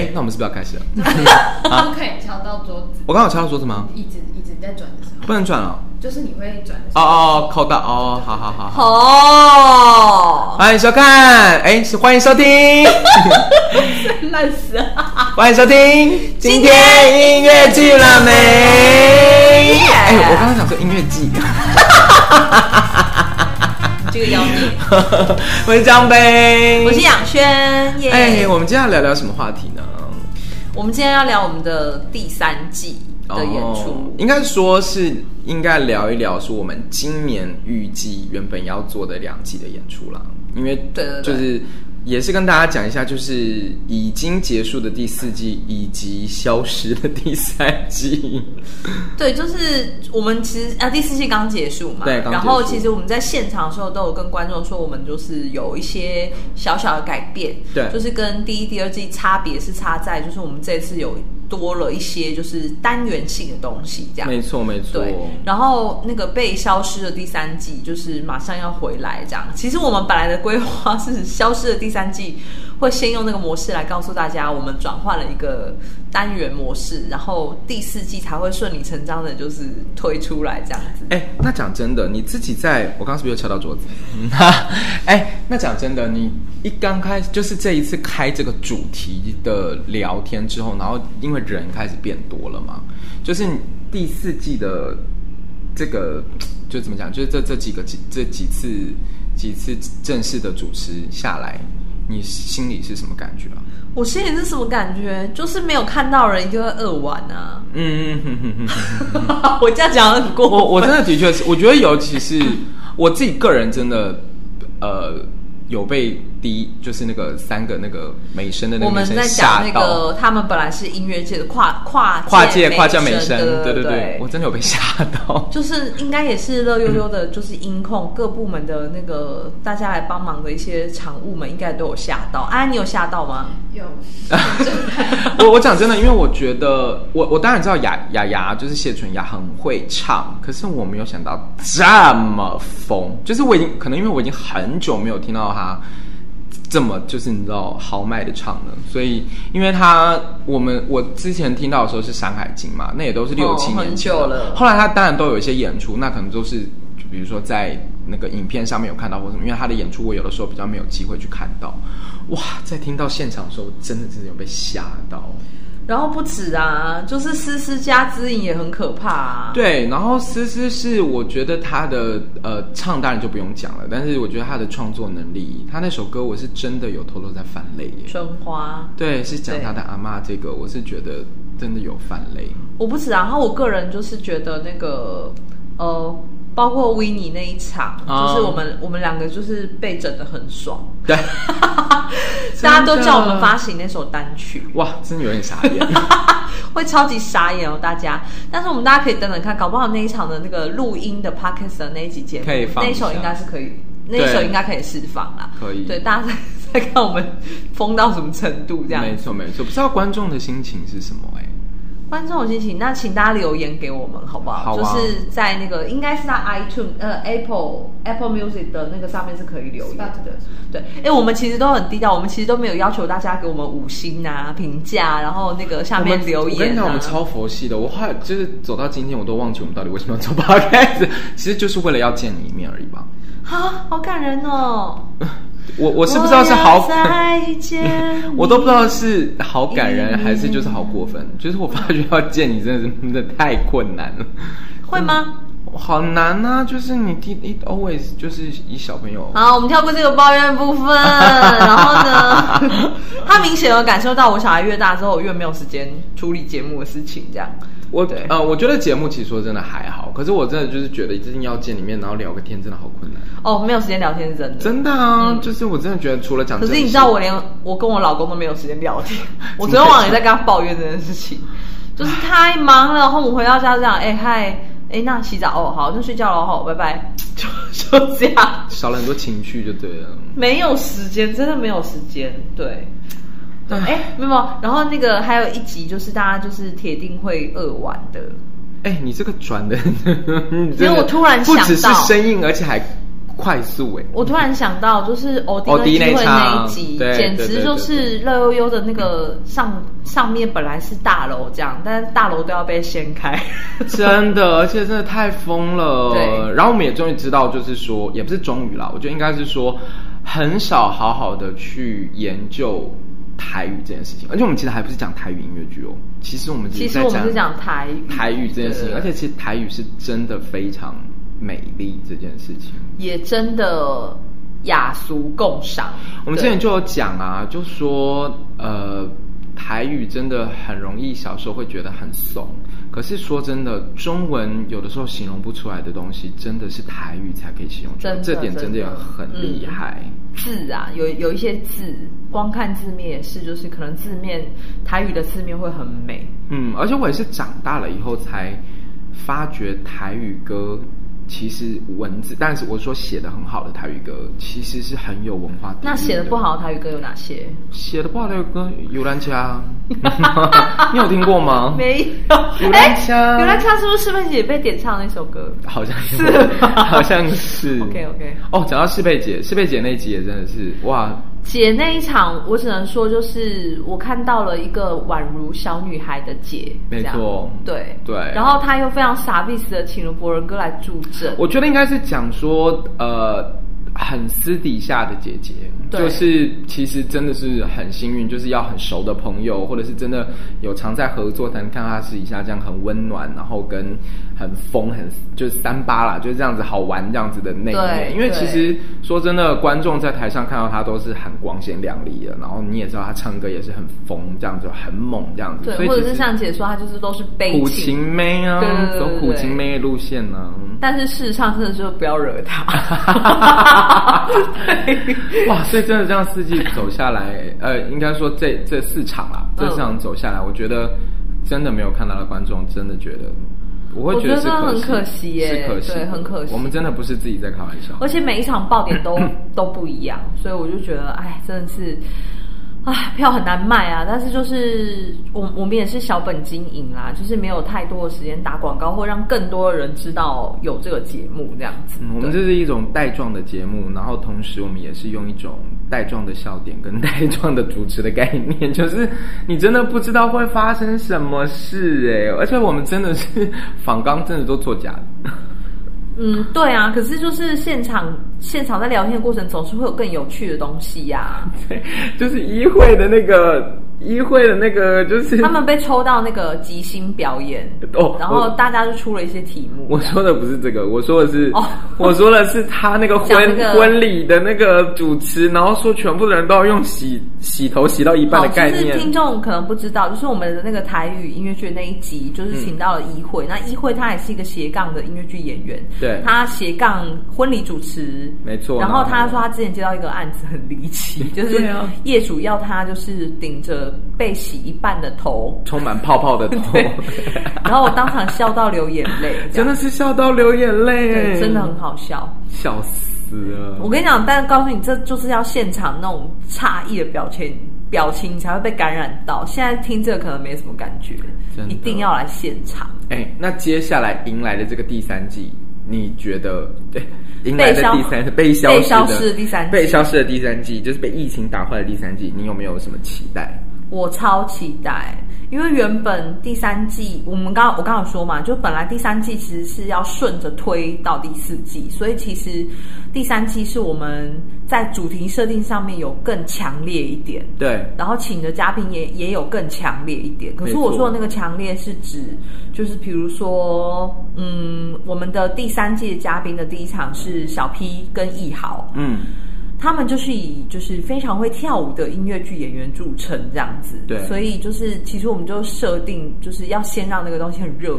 哎那我们是不是要开始了？都可以敲到桌子，我刚好敲到桌子吗？椅子椅子在转的时候，不能转了。就是你会转的时哦候，哦，扣到哦，好好好好。哦，欢迎收看，哎，是欢迎收听，烂死了。欢迎收听，今天音乐剧了没？耶哎，我刚刚想说音乐剧，这个要哎命！ 我是张飞，我是。杨轩，耶、哎，我们今天要聊聊什么话题呢？我们今天要聊我们的第三季的演哦出，应该说是应该聊一聊，说我们今年预计原本要做的两季的演出啦，因为对对对就是也是跟大家讲一下，就是已经结束的第四季以及消失的第三季，对，就是我们其实啊第四季刚结束嘛，对刚然结后束其实我们在现场的时候都有跟观众说，我们就是有一些小小的改变，对就是跟第一、第二季差别是差在，就是我们这次有多了一些就是单元性的东西，这样没错没错，对，然后那个被消失的第三季就是马上要回来这样。其实我们本来的规划是消失的第三季会先用那个模式来告诉大家，我们转换了一个单元模式，然后第四季才会顺理成章的就是推出来这样子。哎、那讲真的，你自己在我刚刚是不是又敲到桌子？哎、那讲真的，你一刚开始就是这一次开这个主题的聊天之后，然后因为人开始变多了嘛，就是你第四季的这个就怎么讲，就是这这几个几这几次几次正式的主持下来，你心里是什么感觉啊？我心里是什么感觉？就是没有看到人，一定会饿完 啊！嗯哼哼哼哼。我这样讲很过分 我我真的的确是，我觉得尤其是我自己个人真的，呃，有被第一就是那个三个那个美声的那我个美们声在吓讲那到，个，他们本来是音乐界的跨跨跨界跨界美声，声，对对对对，我真的有被吓到。就是应该也是乐悠悠的，就是音控各部门的那个大家来帮忙的一些场务们，应该都有吓到。哎、啊，你有吓到吗？有， 我我讲真的，因为我觉得我我当然知道雅雅雅就是谢纯雅很会唱，可是我没有想到这么疯，就是我已经可能因为我已经很久没有听到她这么就是你知道豪迈的唱了，所以因为她我们我之前听到的时候是《山海经》嘛，那也都是六哦七年很前久了后来她当然都有一些演出，那可能都是就比如说在那个影片上面有看到或什么，因为她的演出我有的时候比较没有机会去看到。哇，在听到现场的时候，真的真的有被吓到。然后不止啊，就是思思加知影也很可怕啊。，对，然后思思是我觉得她的呃唱当然就不用讲了，但是我觉得她的创作能力，她那首歌我是真的有偷偷在翻泪耶。春花，对，是讲她的阿妈这个，我是觉得真的有翻泪。我不止啊。然后我个人就是觉得那个呃，包括维尼那一场，哦就是我们我们两个就是被整的很爽，对，大家都真的叫我们发行那首单曲。哇，真的有点傻眼。会超级傻眼哦，大家。但是我们大家可以等等看，搞不好那一场的那个录音的 podcast 的那一集节目，可以放一那一首下应该是可以，那对一首应该可以释放啦。可以对，大家在在看我们疯到什么程度 这样。没错没错，不知道观众的心情是什么哎、观众有心情，那请大家留言给我们好不好？好啊就是在那个应该是在 iTune 呃 Apple Apple Music 的那个上面是可以留言的 Spotify。对，哎、我们其实都很低调，我们其实都没有要求大家给我们五星啊、评价，然后那个下我面们留我跟你言、啊。讲，我们超佛系的。我后来就是走到今天，我都忘记我们到底为什么要做 podcast，其实就是为了要见你一面而已吧。啊，好感人哦！我我是不知道是好 ，我要再见我都不知。道是好感人还是就是好过分，就是我发觉要见你真的是真的太困难了，会吗？好难啊！就是你第一 always 就是以小朋友，好，我们跳过这个抱怨部分，然后 呢，他明显有感受到我小孩越大之后，我越没有时间处理节目的事情，这样。我对呃我觉得节目其实说真的还好，可是我真的就是觉得一定要见里面，然后聊个天真的好困难，哦，没有时间聊天是真的。真的啊！就是我真的觉得除了讲嗯可正事，是你知道，我连我跟我老公都没有时间聊 天。我昨天晚上也在跟他抱怨这件事情，就是太忙了。然后我们回到家这样，哎、嗨，哎，那洗澡哦，好，那睡觉了，好，拜拜，就就 这样。少了很多情绪就对了。没有时间，真的没有时间。对，对，哎，没有没有。然后那个还有一集就是大家就是铁定会饿完的，哎、你这个转的，你真的 因为我突然不想只是到生硬，而且还快速哎、我突然想到，就是欧欧弟弟哦那跟机会那场一集，对简对直对就是乐悠悠的那个上上面本来是大楼这样，但是大楼都要被掀开。 真的，而且真的太疯了。对然后我们也终于知道，就是说，也不是终于啦，我觉得应该是说，很少好好的去研究台语这件事情。而且我们其实还不是讲台语音乐剧哦，其实我们只其实在我们是讲台语，台语这件事情，对而且其实台语是真的非常美丽这件事情。也真的雅俗共赏。我们之对前就有讲啊，就说呃，台语真的很容易，小时候会觉得很怂。可是说真的，中文有的时候形容不出来的东西，真的是台语才可以形容出来，真的这点真真的很厉害。字啊，有有一些字，光看字面也是，就是可能字面台语的字面会很美，嗯，而且我也是长大了以后才发觉台语歌。其实文字，但是我说写的很好的台语歌，其实是很有文化底蕴那写的不好的台语歌有哪些？写的不好的歌《游兰 家》，你有听过吗？没有。哦有啊哎来唱有来唱是不是世佩姐被点唱那首歌？好像有是吗好像是。 OK，OK 哦，讲到世贝姐，世贝姐那一集也真的是哇，姐那一场，我只能说就是我看到了一个宛如小女孩的姐，没这错样对对然后她又非常傻逼死的请了博仁哥来助阵，我觉得应该是讲说呃。很私底下的姐姐，对就是其实真的是很幸运，就是要很熟的朋友，或者是真的有常在合作，才能看到她私底下这样很温暖，然后跟很疯，很就是三八啦，就是这样子好玩这样子的那一面。对因为其对实说真的，观众在台上看到她都是很光鲜亮丽的，然后你也知道她唱歌也是很疯，这样子很猛这样子。所对，以或者其是实像姐说，她就是都是悲苦情情，妹啊对对，对走对苦对情妹的路线啊呢、但是事实上真的就不要惹她。 对哇，所以真的这样四季走下来，呃，应该说这这四场啦，这嗯四场走下来，我觉得真的没有看到的观众，真的觉得我会我得觉是得可很可惜耶是可惜，对很可惜我们真的不是自己在开玩笑，而且每一场爆点 都都不一样，所以我就觉得，哎，真的是，哎，票很难卖啊。但是就是我我们也是小本经营啦，就是没有太多的时间打广告，或让更多的人知道有这个节目这样子。嗯我们这是一种带状的节目，然后同时我们也是用一种带状的笑点跟 带状的主持的概念，就是你真的不知道会发生什么事哎、而且我们真的是仿纲，真的都作假的，嗯，对啊。可是就是现场现场在聊天的过程，总是会有更有趣的东 西呀、对，就是一会的那个一会的那个就是他们被抽到那个即兴表演，哦然我后大家就出了一些题目。 我说的不是这个，我说的是，哦 我说的是他那个婚讲那个婚礼的那个主持，然后说全部的人都要用洗洗头洗到一半好，的概就念哦是。听众可能不知道，就是我们的那个台语音乐剧那一集，就是请到了一慧。那一慧她也是一个斜杠的音乐剧演员，嗯对她斜杠婚礼主持，没错然后然她后说她之前接到一个案子很离奇，就是对啊业主要她就是顶着被洗一半的头，充满泡泡的头， 然后我当场笑到流眼泪，这哦 真样的是笑到流眼泪欸，对，真的很好笑。笑死了。我跟你讲，但告诉你，这就是要现场那种诧异的表情，表情你才会被感染到。现在听这个可能没什么感觉真，的一定要来现场。哎、那接下来迎来的这个第三季，你觉得？对，迎来的第三被被消消被消失的第三季被消失的第三季，就是被疫情打坏的第三季，你有没有什么期待？我超期待，因为原本第三季我们刚我刚有说嘛，就本来第三季其实是要顺着推到第四季，所以其实第三季是我们在主题设定上面有更强烈一点。对，然后请的嘉宾也也有更强烈一点。可没是错我说的那个强烈是指，就是比如说，嗯，我们的第三季的嘉宾的第一场是小 P 跟易豪，嗯，他们就是以就是非常会跳舞的音乐剧演员著称这样子。对所以就是其实我们就设定就是要先让那个东西很热，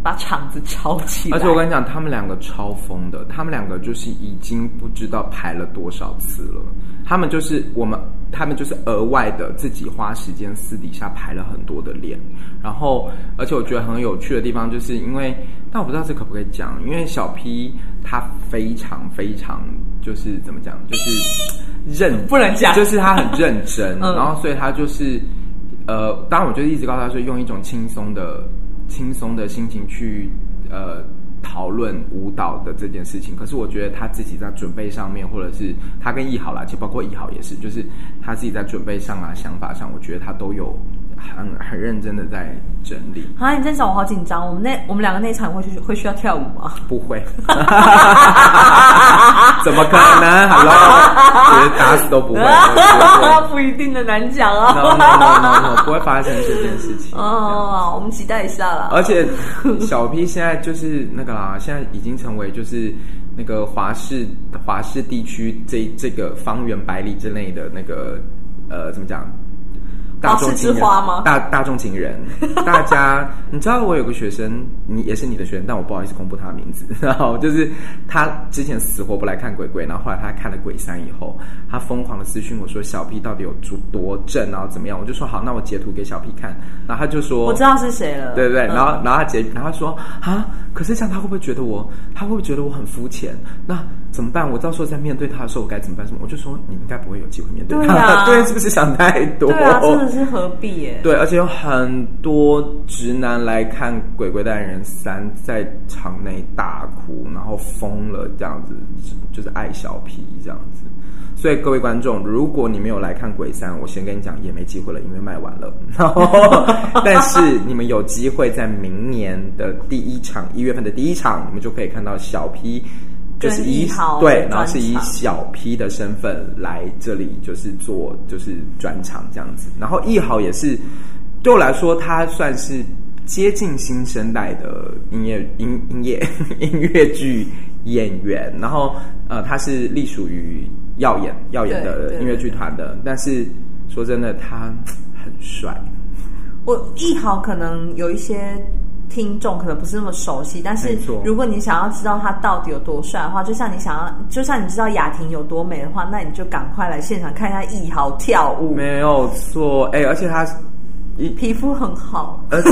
把场子炒起来。而且我跟你讲，他们两个超疯的，他们两个就是已经不知道排了多少次了。他们就是我们，他们就是额外的自己花时间私底下排了很多的练。然后，而且我觉得很有趣的地方，就是因为，但我不知道这可不可以讲，因为小 P 他非常非常就是怎么讲，就是认不能讲就是他很认真，嗯然后所以他就是呃，当然我就一直告诉他说，用一种轻松的、轻松的心情去呃讨论舞蹈的这件事情，可是我觉得他自己在准备上面，或者是他跟艺好啦，就包括艺好也是，就是他自己在准备上啊、想法上，我觉得他都有很很认真的在整 理。啊，你这样讲我好紧张。我们那我们两个那一场会去会需要跳舞吗？不会， 怎么可能？Hello，觉得打死都 不会。我不一定的难讲觉得啊。 no no no no no，不会发生嗯这件事情。哦，我们期待一下啦。而且小 P 现在就是那个啦，现在已经成为就是那个华氏华氏地区这这个方圆百里之内的那个呃怎么讲？大众情华氏之人花吗大大众情人，大家，你知道我有个学生，你也是你的学生，但我不好意思公布他的名字。 然后就是他之前死活不来看鬼鬼，然后后来他看了鬼三以后，他疯狂的私讯我说小 P 到底有多多正，然后怎么样？我就说好，那我截图给小 P 看，然后他就说我知道是谁了，哦对不对？嗯然后，然后他结，然后他说啊，可是这样他会不会觉得我，他会不会觉得我很肤浅？那怎么办？我到时候在面对他的时候，我该怎么办？什么？我就说你应该不会有机会面 对他，对啊是不是想太多？对啊，真的是何必耶？对而且有很多直男来看《鬼鬼代言人三》在场内大哭，然后疯了这样子，就是爱小 P 这样子。所以各位观众，如果你没有来看《鬼三》，我先跟你讲，也没机会了，因为卖完了。 然后，但是你们有机会在明年的第一场，一月份的第一场，你们就可以看到小 P。就是以跟一豪对的，然后是以专场小 P 的身份来这里，就是做就是转场这样子。然后艺豪也是，对我来说，他算是接近新生代的音乐音音乐音乐剧演员。然后呃，他是隶属于耀眼耀眼的对对音乐剧团的，但是说真的，他很帅。我艺豪可能有一些听众可能不是那么熟悉，但是没错如果你想要知道他到底有多帅的话，就像你想要，就像你知道雅婷有多美的话，那你就赶快来现场看一下艺豪跳舞，没有错，哎、而且他一皮肤 很好。而且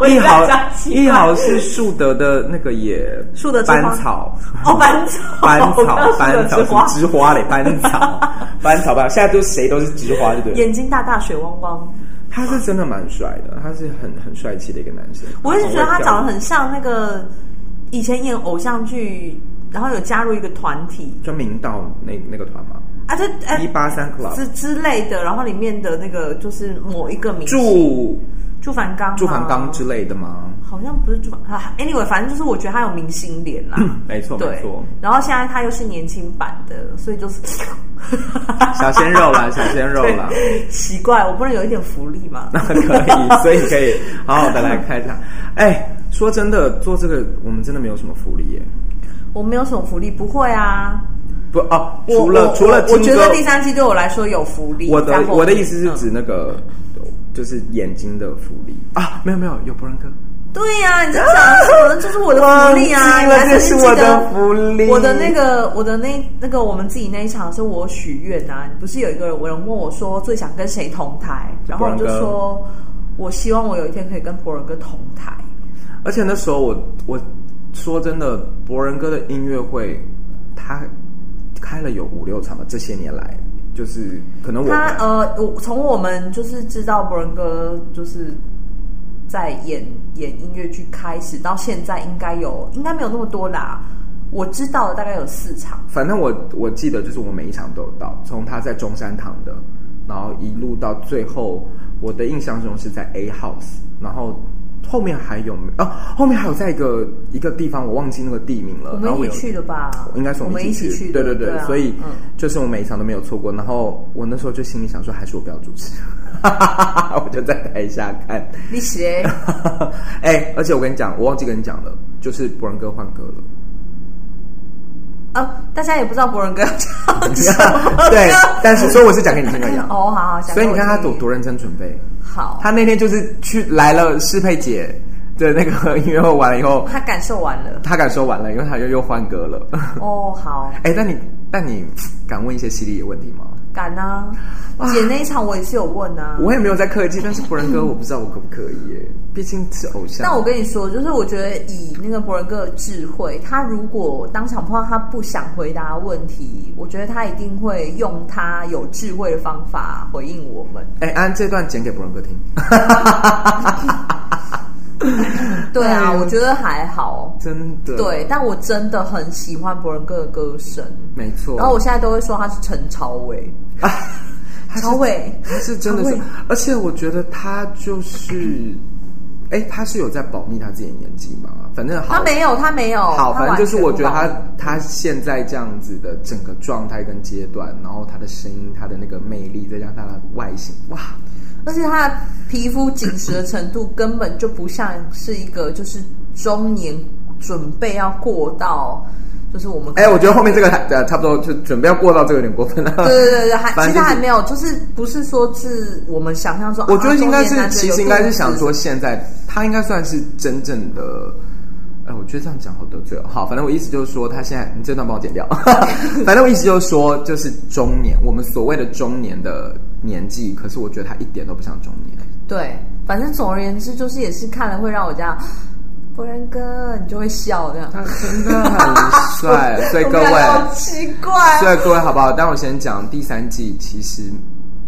我一也豪在想奇怪一豪是树德的那个也树德之班花草哦， 班草，班我草刚刚班说的草是花是枝花嘞，班草班草吧，现在都谁都是枝花，对不对？眼睛大大，水汪汪。他是真的蛮帅的，他是很很帅气的一个男生。我一直觉得他很会跳舞长得很像那个以前演偶像剧，然后有加入一个团体就明道那那个团嘛，啊，就哎一八三 club 之之类的，然后里面的那个就是某一个明星祝祝凡刚吗，祝凡刚之类的吗？好像不是祝凡啊，anyway，反正就是我觉得他有明星脸啦，嗯没错没对错，。然后现在他又是年轻版的，所以就是小鲜肉啦，小鲜肉啦。 对奇怪，我不能有一点福利吗？可以，所以可以好好的来开场。哎，说真的，做这个我们真的没有什么福利耶。我没有什么福利，不会啊。不哦，我除了我除了我听觉歌得第三季对我来说有福利。我的在后我的面意思是嗯指那个，就是眼睛的福利啊，没有没有，有博人哥，对呀、你这讲什 么？这是我的福利啊！忘记你了还曾这是经我记得的福利我的那个，我的那那个，我们自己那一场是我许愿啊。不是有一个人问我说最想跟谁同台，然后我就博仁哥说我希望我有一天可以跟博仁哥同台。而且那时候我我说真的，博人哥的音乐会，他开了有五六场吧，这些年来就是可能我他呃，我从我们就是知道博仁哥就是在演演音乐剧开始到现在，应该有应该没有那么多啦。我知道的大概有四场。反正我我记得就是我每一场都有到，从他在中山堂的，然后一路到最后，我的印象中是在 A House，然后后面还有没哦，后面还有在一个一个地方我忘记那个地名了，我然后们我一有起去的吧？应该是我们们一起起去对的，对对啊，所以嗯就是我每一场都没有错过。然后我那时候就心里想说，还是我不要主持， 我就在台下看。 你谁？哎、而且我跟你讲，我忘记跟你讲了，就是博仁哥换歌 了。啊，大家也不知道博仁哥要 唱什么歌对，但是所以我是讲给你听而已啊。哦，好好，讲所以你看他给多我听多认真准备，好，他那天就是去来了适配姐的那个音乐会完了以后，他感受完 了。他敢说完了，因为他又又换歌了。 哦，好，哎、但你但你敢问一些犀利的问题吗？敢啊！姐那一场我也是有问啊。我也没有在客气，但是博仁哥我不知道我可不可以耶，毕竟是偶像。但我跟你说，就是我觉得以那个博仁哥的智慧，他如果当场碰到他不想回答的问题，我觉得他一定会用他有智慧的方 法回应我们。哎、安这段剪给博仁哥听。对啊，我觉得还好。真的对，，但我真的很喜欢伯仁哥的歌声，没错。然后我现在都会说他是陈朝伟，啊，他是朝伟他是真的朝是伟，而且我觉得他就是，哎，他是有在保密他自己的年纪嘛？反正好，他没有，他没有，好，他反正就是我觉得完他全不保密他现在这样子的整个状态跟阶段，然后他的声音、他的那个魅力，再加上他的外形，哇，而且他的皮肤紧实的程度根本就不像是一个就是中年准备要过到，就是我们哎，我觉得后面这个呃差不多就准备要过到这个有点过分了。对对对对，还反其正就实是还没有，就是不是说是我们想象中，我觉得应该是啊中年，男子其有实应该是肚子想说，现在他应该算是真正的。哎，我觉得这样讲好得罪哦。好，反正我意思就是说，他现在你这段帮我剪掉。反正我意思就是说，就是中年，我们所谓的中年的年纪，可是我觉得他一点都不像中年。对，反正总而言之就是也是看了会让我这样，博然哥你就会笑这样，他真的很 帅，所以各我位看，到好奇怪啊，所以各位好不好？但我先讲第三季，其实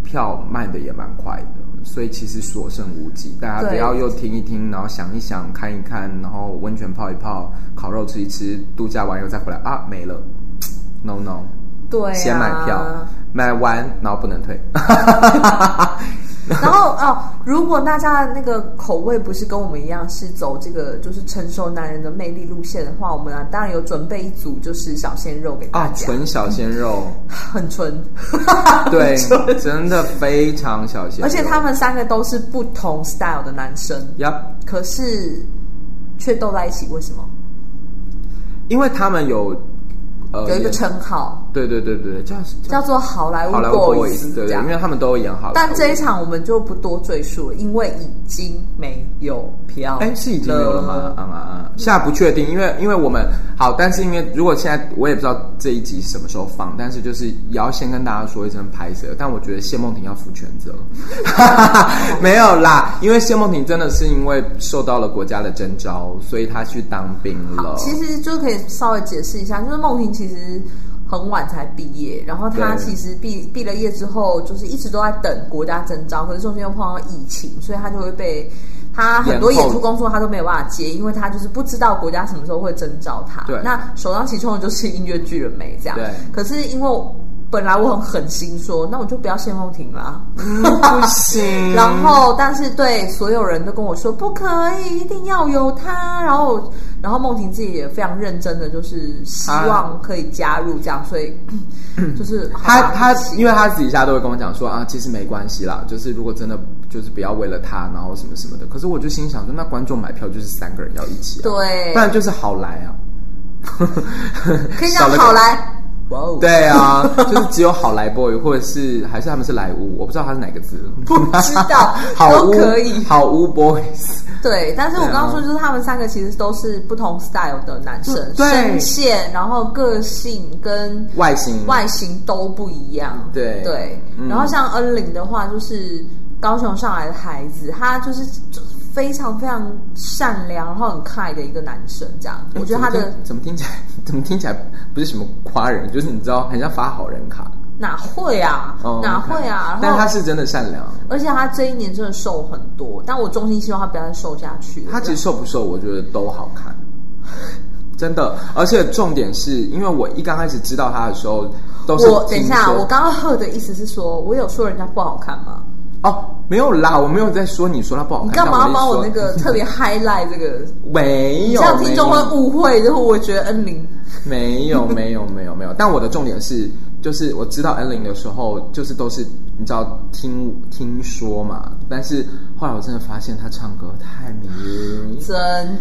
票卖的也蛮快的，所以其实所剩无几。大家不对要又听一听，然后想一想，看一看，然后温泉泡一泡，烤肉吃一吃，度假完又再回来啊，没了。No no，、对、啊，先买票，买完然后不能退。 然后哦，如果大家的那个口味不是跟我们一样是走这个就是成熟男人的魅力路线的话，我们、啊、当然有准备一组就是小鲜肉给大啊，家，纯小鲜 肉，很纯， 对，真的非常小鲜肉， 而且他们三个都是不同 style 的男生，呀。可是却斗在一起，为什么？因为他们有呃有一个演称号对对对对，叫叫做好莱坞好莱坞 boys，对这对，样因为他们都有演好莱坞。但这一场我们就不多赘述了，因为已经没有票。哎是已经有了吗？？啊啊！现在不确定，因为因为我们好，但是因为如果现在我也不知道这一集什么时候放，但是就是也要先跟大家说一声拍谁，但我觉得谢梦婷要负全 责，没有啦，因为谢梦婷真的是因为受到了国家的征召，所以她去当兵了。其实就可以稍微解释一下，就是梦婷其实很晚才毕业，然后她对其实毕毕了业之后，就是一直都在等国家征召，可是中间又碰到疫情，所以她就会被她很多延后演出工作她都没有办法接，因为她就是不知道国家什么时候会征召她。对那首当其冲的就是音乐剧了没这样。对可是因为本来我很狠心说，那我就不要谢梦婷啦。不 行，然后，但是对所有人都跟我说不可以，一定要有他。然后我，然后梦婷自己也非常认真的，就是希望可以加入这样，所以就是他他，因为他底下都会跟我讲说啊，其实没关系啦，就是如果真的就是不要为了他，然后什么什么的。可是我就心想说，那观众买票就是三个人要一起、啊，对不然就是好来啊， 可以少让了个好来，哇哦，对啊，就是只有好来 boy 或者是还是他们是莱坞，我不知道他是哪个字，不知道 好都屋可以。好屋 boys，对，但是我对啊刚刚说就是他们三个其实都是不同 style 的男生，对声线，然后个性跟外形外形都不一样。对对，嗯然后像恩玲的话，就是高雄上来的孩子，他就是非常非常善良，然后很可爱的一个男生，这样。我觉得他的怎么听起来怎么听起来不是什么夸人，就是你知道很像发好人卡，哪会啊，哦哪会啊，但然他后。是真的善良。而且他这一年真的瘦很多，但我衷心希望他不要再瘦下去了。他其实瘦不瘦，我觉得都好看， 真的。而且重点是因为我一刚开始知道他的时候，都是我等一听下，说我刚刚喝的意思是说，我有说人家不好看吗？哦没有啦，我没有在说你说他不好你看，干嘛但要帮我我的那意思说 个特别 highlight 这 个？没这有，样听众没会有误会，就是我觉得恩玲没有没有没有没有，但我的重点是，就是我知道恩玲的时候，就是都是你知道听听说嘛，但是后来我真的发现她唱歌太迷人，真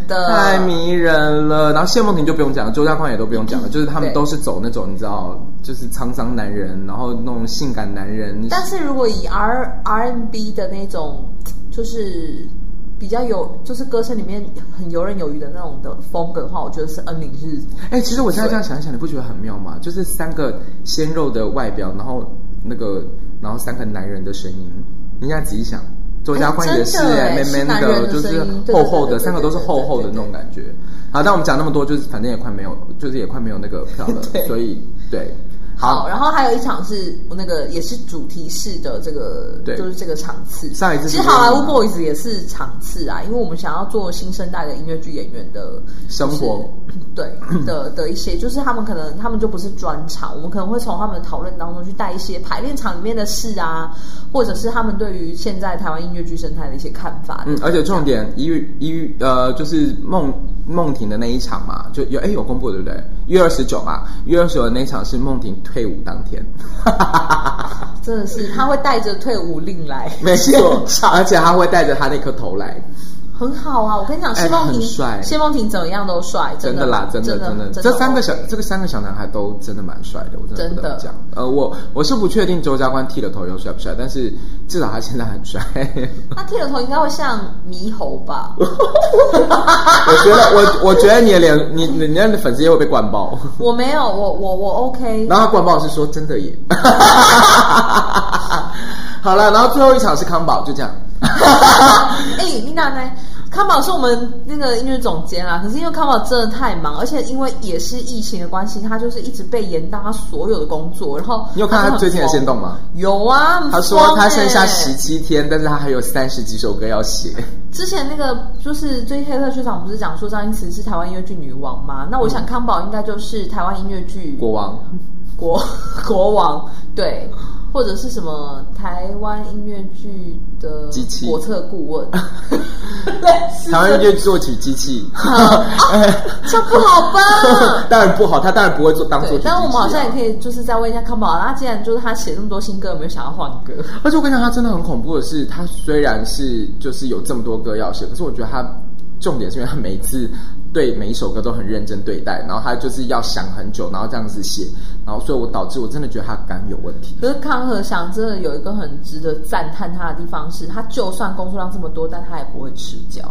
的太迷人了。嗯然后谢梦婷就不用讲了，周家宽也都不用讲了，就是他们嗯对都是走那种你知道，就是沧桑男人，然后那种性感男人。但是如果以 R R N B 的那种，就是比较有，就是歌声里面很游刃有余的那种的风格的话，我觉得是恩宁是哎、其实我现在这样想一想，你不觉得很妙吗？就是三个鲜肉的外表，然后那个，然后三个男人的声音。你现在仔细想，周家欢也是、真的哎，哎慢是慢男人的就声是音对对厚厚对的，对对三个都是厚厚的那种感觉。好，但我们讲那么多，就是反正也快没有，就是也快没有那个票了， 对所以对。好好，然后还有一场是那个也是主题式的这个，对就是这个场次。上一次其是实好莱坞 boys 也是场次啊，因为我们想要做新生代的音乐剧演员的生活，就是 对的的一些，就是他们可能他们就不是专场，我们可能会从他们的讨论当中去带一些排练场里面的事啊，或者是他们对于现在台湾音乐剧生态的一些看法。啊嗯，而且重点一月一月呃，就是梦梦婷的那一场嘛，就有哎有公布对不对？一月二十九嘛，一月二十九的那一场是梦婷退伍当天，，真的是他会带着退伍令来没错现，而且他会带着他那颗头来，很好啊！我跟你讲，哎谢梦很婷，帅谢梦婷怎么样都帅，真的的啦，真真的真的的，，真这三个 OK 小这个三个小男孩都真的蛮帅的，我真的不真得的不讲。呃，我我是不确定周家观剃了头又帅不帅，但是至少他现在很帅。 他剃了头应该会像猕猴吧？我觉得我我觉得你的脸，你你的粉丝也会被灌爆。我没有，我我我 OK。然后他灌爆是说真的耶。 好了，然后最后一场是康宝，就这样。哎、你娜呢？康宝是我们那个音乐总监啊啦，可是因为康宝真的太忙，而且因为也是疫情的关系，他就是一直被延到他所有的工作。然后你有看就他很最近的疯线动吗？有啊，很他说疯他剩下欸十七天，但是他还有三十几首歌要写。之前那个就是最近黑客剧场不是讲说张一慈是台湾音乐剧女王吗？那我嗯想康宝应该就是台湾音乐剧国王，国 国王，对，或者是什么台湾音乐剧的机器国策顾问， 类似台湾就作曲机器。 这不好吧？当然不好，他当然不会做当作对曲、，但我们好像也可以。以就是再问一下康宝，他既然就是他写那么多新歌，有没有想要换歌？ 而且我跟你讲，他真的很恐怖的是，他虽然是就是有这么多歌要写，可是我觉得他重点是因为他每一次对每一首歌都很认真对待，然后他就是要想很久，然后这样子写，然后所以我导致我真的觉得他肝有问题。可是康和祥真的有一个很值得赞叹他的地方是，他就算工作量这么多，但他也不会吃胶，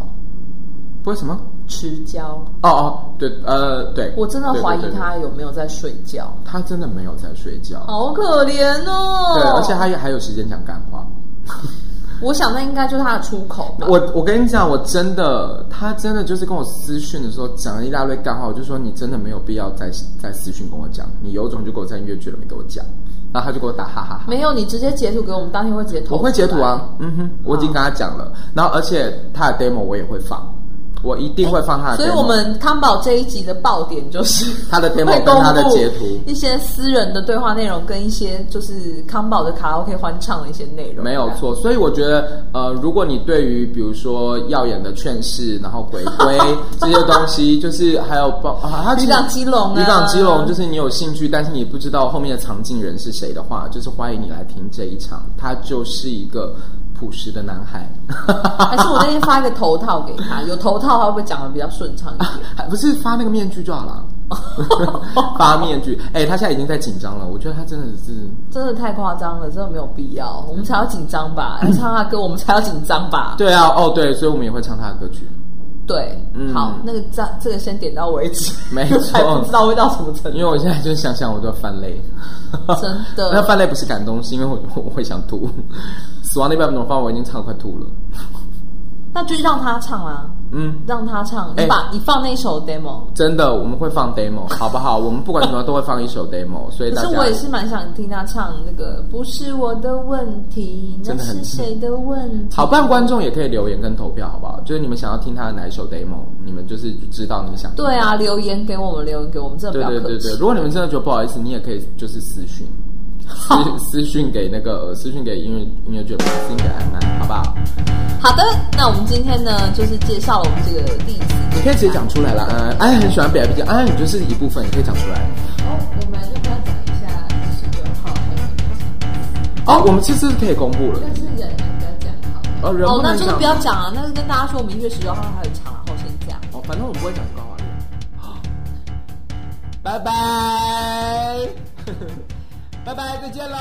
不为什么？吃胶。哦哦，对，呃，对，我真的对怀疑，对对对他有没有在睡觉，他真的没有在睡觉。好可怜哦。对，而且他也还有时间讲干话。我想那应该就是他的出口吧。我我跟你讲，我真的，他真的就是跟我私讯的时候讲了一大堆干话，我就说你真的没有必要再再私讯跟我讲，你有种就给我在音乐剧里面给我讲，然后他就给我打哈哈哈。没有，你直接截图给我们，当天会直接投。我会截图。啊，嗯哼，我已经跟他讲了，然后而且他的 demo 我也会放，我一定会放他的 demo，所以，我们康宝这一集的爆点就是他的 demo 会跟公布他的截图一些私人的对话内容，跟一些就是康宝的卡拉 OK 欢唱的一些内容。没有错，所以我觉得，呃，如果你对于比如说耀眼的劝世，然后回归 这些东西，就是还有包，啊、它其实渔港基隆啊渔港基隆，就是你有兴趣，但是你不知道后面的藏镜人是谁的话，就是欢迎你来听这一场，他就是一个朴实的男孩，这样。还是我那天发一个头套给他，有头套他会不会讲的比较顺畅一点？ 还不是发那个面具就好了，发面具，哎、他现在已经在紧张了，我觉得他真的是，真的太夸张了，真的没有必要，我们才要紧张吧？要唱他歌，我们才要紧张吧？对啊，哦对，所以我们也会唱他的歌曲，对，嗯好，那个这这个先点到为止，没错 还不知道会到什么程因度。为我现在就想想我就要翻泪，真的 那翻泪不是感动，是因为我 我我会想吐。死亡那半种方我已经唱得快吐了。那就让他唱啊，嗯，让他唱，你哎把、你放那一首 demo。真的，我们会放 demo，好不好？我们不管怎么样都会放一首 demo，所以可大是家我也是蛮想听他唱那个，不是我的问题，那真的很是谁的问题？好，不然观众也可以留言跟投票，好不好？就是你们想要听他的哪一首 demo，你们就是知道你们想听对啊，留言给我们，留言给我们，真的对不对要对客对，气。如果你们真的觉得不好意思，你也可以就是私讯，私私讯给那个呃私讯给音乐音乐剧的粉丝，私讯给安安，好不好？好的，那我们今天呢，就是介绍了我们这个第一次，你可以直接讲出来啦，安安，安安很喜欢 B I B 安安你就是一部分，你可以讲出来。哦，我们要不要讲一下十九号还有什么？哦，我们这次是可以公布了。但是人不要讲好了。哦，人哦，那能就是讲不要讲啊，那就跟大家说，我们一月十六号还有一场，然后先这样。哦，反正我不会讲高华语。 拜 拜，拜拜，再见喽。